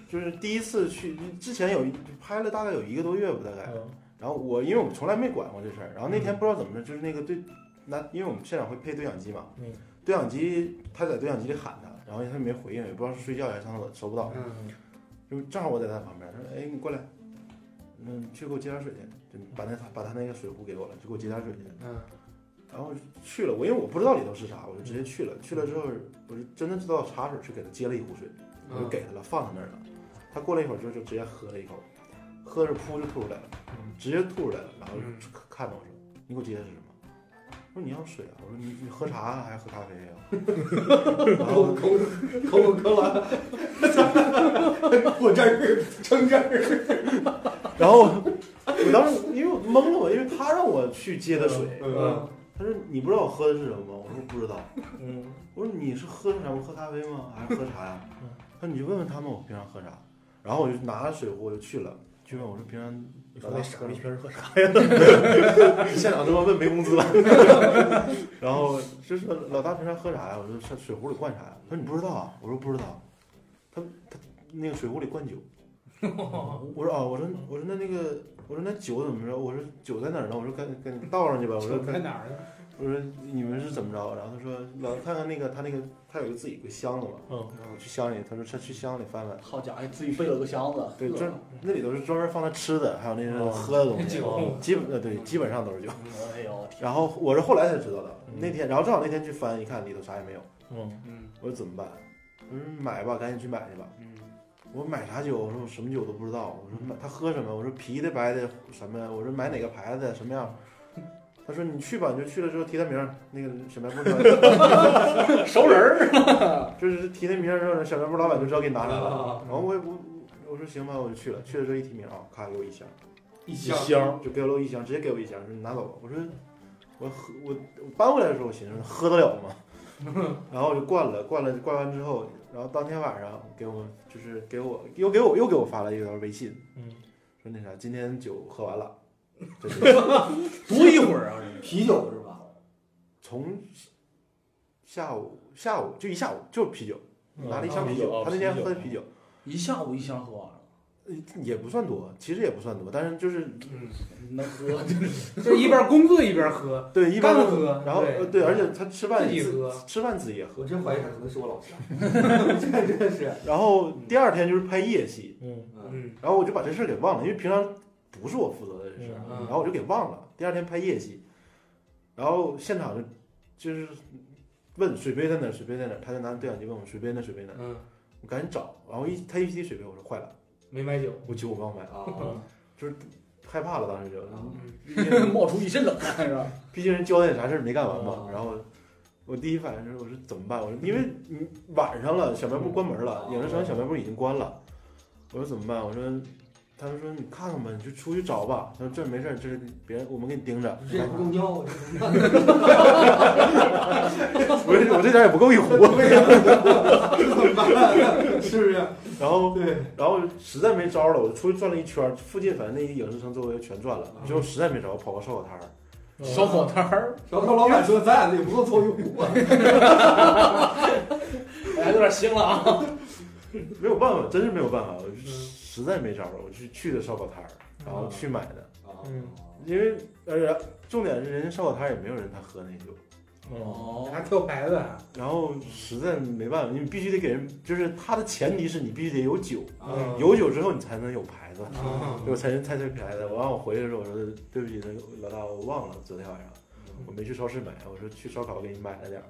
就是第一次去之前有一拍了大概有一个多月吧，大概。嗯然后我因为我们从来没管过这事儿，然后那天不知道怎么着，就是那个对，那因为我们现场会配对讲机嘛，嗯对讲机他在对讲机里喊他，然后他没回应，也不知道是睡觉还是上厕所，收不到，嗯就正好我在他旁边，他说哎你过来，嗯去给我接点水去，就把那把他那个水壶给我了，就给我接点水去，嗯，然后我就去了，我因为我不知道里头是啥，我就直接去了，去了之后我就真的知道茶水是给他接了一壶水，我嗯就给他了，放他那儿了，他过了一会儿之后就直接喝了一口，喝着噗就吐出来了。嗯直接吐出来了，然后嗯就看着我说：“你给我接的是什么？”我说：“你要水啊。”我说：“你你喝茶啊还是喝咖啡 (laughs) 呀、然口后口口渴了，果汁儿橙汁儿，然后我我当时因为我懵了我，因为他让我去接的水，嗯他说：“你不知道我喝的是什么吗？”我说：“不知道。嗯”我说：“你是喝什么？喝咖啡吗？还是喝茶呀、嗯他说：“你就问问他们我平常喝啥。”然后我就拿着水壶我就去了，去问我说：“平常你说那傻逼平时喝啥？ (laughs) 现场这么问没工资了。 (laughs) 然后就是老大平常喝啥呀？我说上水壶里灌啥呀？他说你不知道啊？我说不知道。他他那个水壶里灌酒。我说啊，我说我说那那个我说那酒怎么着？我说酒在哪儿呢？我说赶赶紧倒上去吧。我说在赶哪儿呢？我说你们是怎么着？然后他说老看看那个他那个他有个自己一个箱子嘛。嗯然后我去箱里，他说他去箱里翻翻。好家伙，自己背了个箱子，对，呵专那里头是专门放他吃的，还有那哦个喝的东西，酒基本呃对，基本上都是酒。哎呦，然后我是后来才知道的，嗯那天，然后正好那天去翻，一看里头啥也没有，嗯嗯我说怎么办？我说买吧，赶紧去买去吧。嗯，我说买啥酒？我说我什么酒都不知道。我说买他喝什么？我说啤的、白的什么？我说买哪个牌子什么样？他说你去吧，你就去了之后提他名儿，那个小卖部老板熟人儿，就是提他名儿之后，小卖部老板就知道给你拿来了。啊然后我也不，我说行吧，我就去了。去了之后一提名啊，咔给我一箱，一一箱箱，就给我了一箱，直接给我一箱，说你拿走吧。我说我喝我我搬回来的时候，我寻思喝得了吗？ (laughs) 然后我就灌了，灌了灌完之后，然后当天晚上给我们就是给我又给我又给我发了一条微信，嗯，说那啥，今天酒喝完了，这是 (laughs) 读一会儿啊，啤酒是吧？从下午下午就一下午就是啤酒，嗯拿了一啊箱啤哦酒，他那天喝的啤啤酒一下午一箱喝完了，呃也不算多，其实也不算多，但是就是嗯能喝，就一边工作一边啊喝，对一般都干喝然后对呃对，而且他吃饭自己自喝，吃饭自己也喝，我真怀疑他可能是我老 (laughs) 乡，这真的是，然后第二天就是拍夜戏，嗯嗯，嗯然后我就把这事儿给忘了，因为平常不是我负责的这事儿，嗯然后我就给忘了。第二天拍夜戏，然后现场就就是问水杯在哪儿，水杯在哪儿，他就拿对讲机问我水杯呢，水杯呢，嗯，我赶紧找，然后一他一提水杯，我说坏了，没买酒，我酒我忘买嗯了，啊，害怕了当时就，嗯，毕 (laughs) 竟冒出一身冷汗是吧？毕竟人交代你啥事儿没干完嘛，嗯然后。我第一反应是，我说怎么办？我说因为你晚上了，小卖部关门了，嗯影视城小卖部已经关了。我说怎么办？我说，他们说你看看吧，你就出去找吧。他说这没事儿，这是别人我们给你盯着。这也不嗯够尿，我这我这我这点也不够一壶，怎么办？是不是？ (laughs) 然后对，然后实在没招了，我就出去转了一圈，附近反正那影视城周围全转了，最后实在没招，我跑个烧烤摊儿，烧烤摊儿，小涛老板说咱俩也不够凑一壶啊，哎，有点腥了啊，没有办法，真是没有办法，我就实在没招了，我就去的烧烤摊儿，然后去买的，嗯因为而且重点是人家烧烤摊儿也没有人他喝那酒，哦哦，还跳牌子啊，然后实在没办法，你必须得给人，就是他的前提是你必须得有酒，啊，有酒之后你才能有牌子。啊我才能才才牌子。我让我回去的时候，我说对不起，那个老大，我忘了昨天晚上我没去超市买，我说去烧烤给你买了点儿。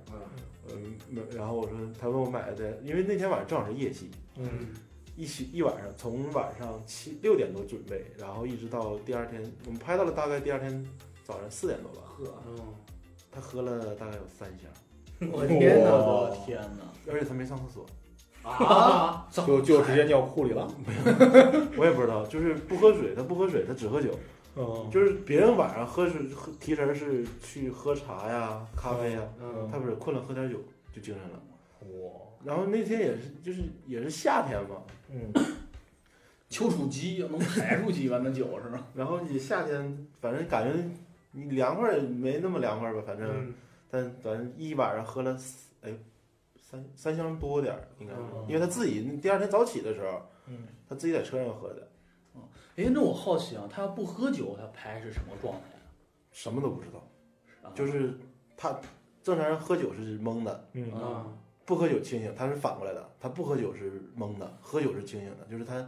嗯，没然后我说他问我买的在，因为那天晚上正好是夜戏，嗯一宿一晚上，从晚上七六点多准备，然后一直到第二天，我们拍到了大概第二天早上四点多吧， (laughs) 喝，他喝了大概有三箱，我天哪，我的天哪，而且他没上厕所， (laughs) 啊，就就直接尿裤里了。我也不知道，就是不喝水，他不喝水，他只喝酒，嗯就是别人晚上喝水喝提神儿是去喝茶呀、咖啡呀，嗯他不是困了喝点酒就精神了。哇，然后那天也是，就是也是夏天嘛，嗯丘处机能排出去一碗的酒是吗？然后你夏天反正感觉你嗯凉快儿也没那么凉快儿吧，反正、嗯但咱一晚上喝了四哎三三箱多点儿，应该是，嗯因为他自己第二天早起的时候，嗯，他自己在车上喝的，哎，那我好奇啊，他要不喝酒，他拍是什么状态什么都不知道，啊？就是他正常人喝酒是懵的，嗯啊，不喝酒清醒，他是反过来的，他不喝酒是懵的，喝酒是清醒的，就是他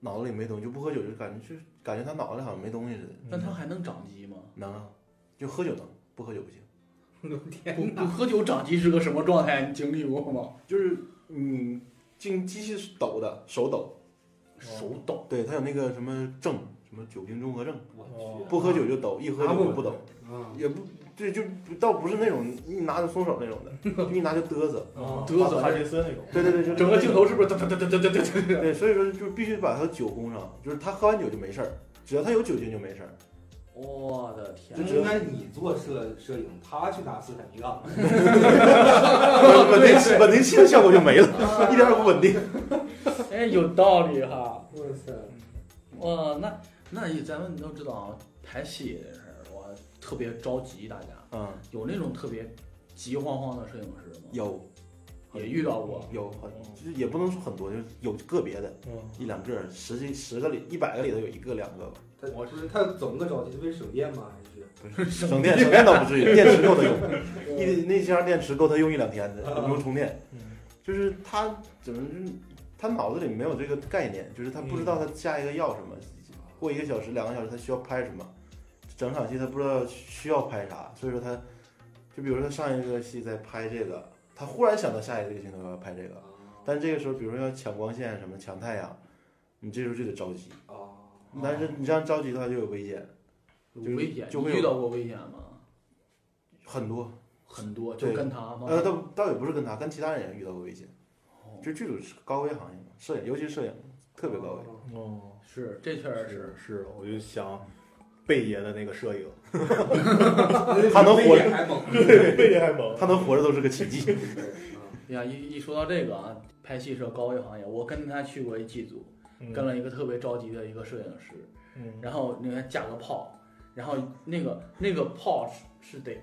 脑子里没东西，就不喝酒就感觉就感觉他脑子里好像没东西似的，那他还能长肌吗？能啊，就喝酒能，不喝酒不行。哎不不喝酒长肌是个什么状态？你经历过 (laughs) 吗？就是嗯，进机器是抖的，手抖，手抖，对他有那个什么症，什么酒精综合症，哦啊不喝酒就抖，一喝酒就不抖，啊，也不对，就不倒不是那种一拿就松手那种的，就一拿就嘚瑟，啊哦嗯嘚瑟帕杰森那种，对对对，就整个镜头是不是哒哒哒哒哒哒哒哒？对，所以说就必须把他酒供上，就是他喝完酒就没事儿，只要他有酒精就没事儿，我的天就应该你做摄摄影，他去打斯坦尼杠， (laughs) 稳稳定稳定器的效果就没了，一点也不稳定。哎，有道理哈。哇塞，哇，那那咱们都知道啊，拍戏这事儿，我特别着急。大家嗯，有那种特别急慌慌的摄影师吗？有也遇到过。有很，就是也不能说很多，就是有个别的嗯，一两个，十几十个里一百个里头有一个两个吧。他不是他怎么个着急？特别省电吗？还是省电省电倒不至于， (laughs) 电池够他用，一那箱电池够他用一两天的，不用充电。嗯就是他怎么是他脑子里没有这个概念，就是他不知道他下一个要什么，过一个小时两个小时他需要拍什么，整场戏他不知道需要拍啥，所以说他就比如说他上一个戏在拍这个，他忽然想到下一个镜头要拍这个，但这个时候比如说要抢光线什么抢太阳，你这时候就得着急，啊，哦但是你这样着急的话就有危险，有就是危险，就你会有遇到过危险吗？很多。很多，就对跟他吗？呃，倒倒也不是跟他，跟其他人也遇到过危险。哦就剧组是高危行业嘛，摄影尤其是摄影特别高危。哦，是，这确实是是是，我就想贝爷的那个摄影，他能活着，还猛， (laughs) 贝爷还猛，他能活着都是个奇迹。 (laughs) 呀，一一说到这个啊，拍戏是个高危行业。我跟他去过一剧组，嗯跟了，了一个特别着急的一个摄影师，嗯然后那个架个炮，然后那个那个炮是是得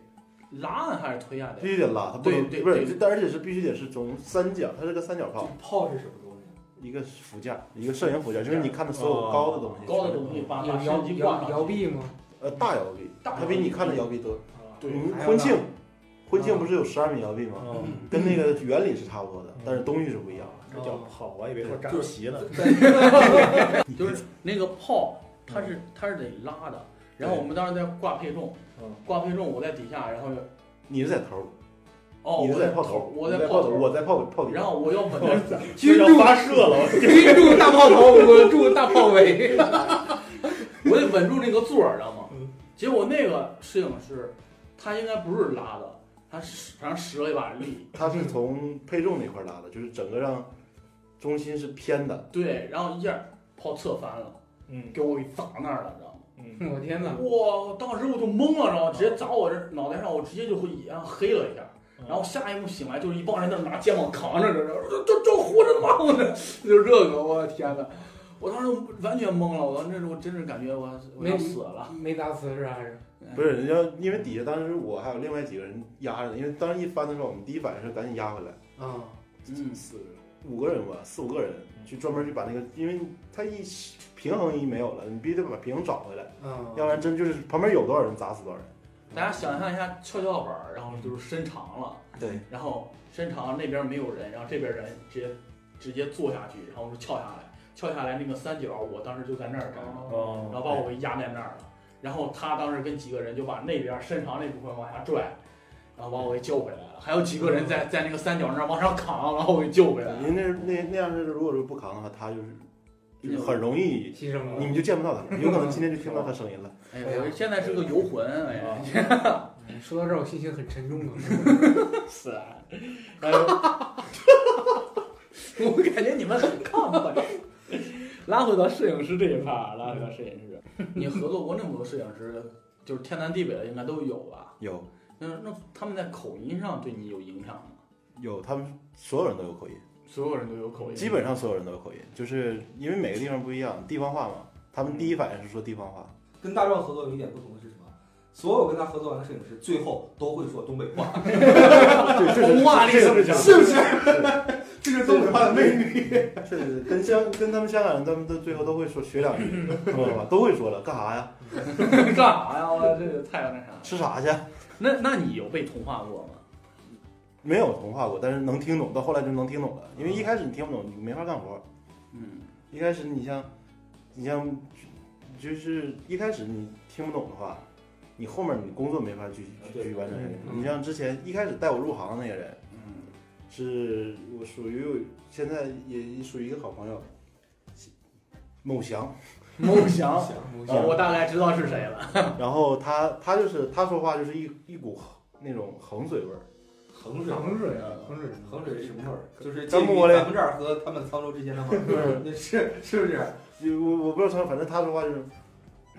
拉呢还是推啊下必的？须得拉，他不能对对不是对，但而且是必须得是从三角，它是个三角炮，炮是什么东西？一个扶架，一个摄影扶架，就是你看的所有高的东西，哦高的东西把把有摄摇像机挂摇上摇去，臂吗？呃，大摇臂，大摇它比你看的摇臂多。对嗯还有婚呢庆，婚庆不是有十二米摇臂吗？嗯，跟那个原理是差不多的，但是东西是不一样嗯的。这叫跑啊，以为说扎旗呢，就是那个炮，它是它是得拉的。然后我们当时在挂配重嗯，挂配重，我在底下，然后你是在头儿，哦，你我是在在炮头，我你在在炮头，我在炮炮底。然后我要稳着这叫发射了，谁住大炮头，我住大炮尾。我得稳住那个座儿，知道吗嗯？结果那个摄影师，他应该不是拉的，他使反正使了一把力，它是从配重那块儿拉的，就是整个让中心是偏的，对，然后一下炮侧翻了，嗯给我给砸那儿了，你知道吗？嗯，我天哪！哇！我当时我就懵了，然后直接砸我这脑袋上，我直接就会然后黑了一下。嗯然后下一幕醒来就是一帮人在那拿肩膀扛着，这这 (laughs) 这这活着吗？我这就这个，我的天哪！我当时完全懵了，我这我真是感觉我我要没死了。没打死是还是？嗯不是人家，因为底下当时我还有另外几个人压着呢，因为当时一翻的时候，我们第一反应是赶紧压回来，啊，嗯，四五个人吧，四五个人嗯去专门去把那个，因为他一平衡一没有了，你必须得把平衡找回来，啊，要不然真就是旁边有多少人砸死多少人。大家想象一下跷跷板儿，然后就是伸长了。对，然后伸长那边没有人，然后这边人直接直接坐下去，然后就翘下来，翘下来那个三角，我当时就在那儿站着，哦，然后把我给压在那儿了。然后他当时跟几个人就把那边伸长那部分往下拽，然后把我给救回来了。还有几个人在在那个三角那儿往上扛，然后我给救回来了。您那那那样式的，如果说不扛的话，他就是就是很容易，牺牲你了。们就见不到他了，有可能今天就听不到他声音了。哎呀，我现在是个游魂，哦哎哦呀，说到这儿，我心情很沉重啊。是啊。然后 (laughs) 我感觉你们很亢奋。 (laughs) 拉回到摄影师这一趴，啊拉回到摄影师，你合作过那么多摄影师，就是天南地北的，应该都有吧？有那那他们在口音上对你有影响吗？有，他们所有人都有口音。所有人都有口音，基本上所有人都有口音，就是因为每个地方不一样，地方话嘛。他们第一反应是说地方话，跟大壮合作有一点不同的是什么？所有跟他合作完的摄影师，最后都会说东北 (laughs) 话， (laughs) 对，这童是话里这么讲，(laughs) 是不是？这是东北话的魅力。确实跟香跟他们香港人，他们都最后都会说学两句，知道吧？都会说了，干啥呀？干啥呀？我这个太那啥了。吃啥去？那那你有被同化过吗？没有同化过，但是能听懂，到后来就能听懂了。因为一开始你听不懂，你没法干活。嗯，一开始你像，你像，就是一开始你听不懂的话，你后面你工作没法继续继续完成下去。你像之前一开始带我入行那个人，嗯，是我属于现在也属于一个好朋友，某翔。梦想，某呃些我大概知道是谁了。然后他他就是他说话就是一一股那种衡水味儿，衡水，衡水啊，衡水什么衡水是什么味儿？就是咱介们于过来咱们这儿和他们沧州之间的嘛， (laughs) 就是那是是不是？就我我不知道他，反正他说话就是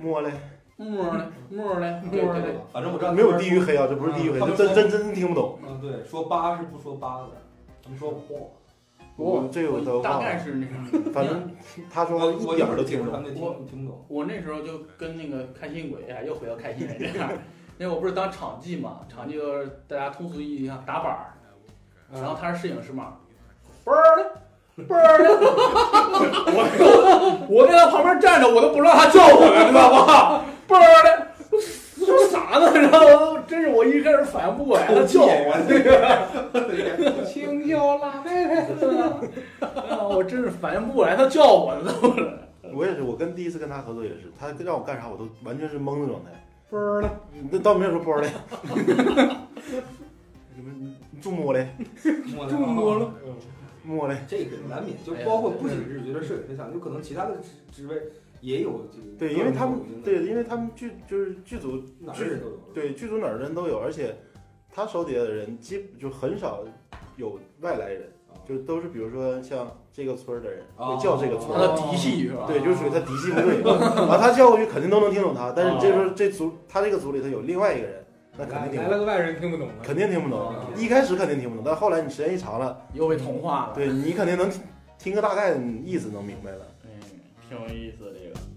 摸嘞，木儿嘞，木儿嘞，对木儿对嘞。，反正我知道没有地域。黑啊，这不是地域嗯黑，他这们真说真真听不懂。嗯，对，说八是不说八的，他们说嚯，我这个我都大忘概了，是那种。反正他说话我一我点儿都听不他懂。们那听听不 (laughs) 懂。我那时候就跟那个开心鬼啊，又回到开心人这样。那我不是当场记嘛，场记就是大家通俗意义上打板儿，然后他是摄影师嘛，嘣儿嘞，嘣儿嘞，我我在他旁边站着，我都不知道他叫我呀，你知道吧？嘣儿嘞，我说啥呢？然后真是我一开始反应不过来，他叫我，这 (laughs) 青椒辣妹妹，啊我真是反应不过来，他叫我呢，都是我也是，我跟第一次跟他合作也是，他让我干啥我都完全是懵的状态。啵儿了，那倒没有说包嘞， (laughs) 什么你住摸嘞，个中国了，摸嘞，这个难免，就包括不仅是觉得摄影师像，就可能其他的职职位也有这个。对，因为他们对，因为他们剧就是剧组哪儿人都有。，对剧组哪儿人都有，而且他手底下的人基本就很少有外来人，就都是比如说像这个村儿的人哦会叫这个村他儿的嫡系是吧？对，就属于他嫡系部队，把啊他叫过去肯定都能听懂他，但是你这时候这组他这个组里头有另外一个人，那肯定听啊来啊不了懂，个外人听不懂了，肯定听不懂。一开始肯定听不懂，但后来你时间一长了，又被同化了。哎对你肯定能听个大概，你意思能明白了。嗯，挺有意思这个。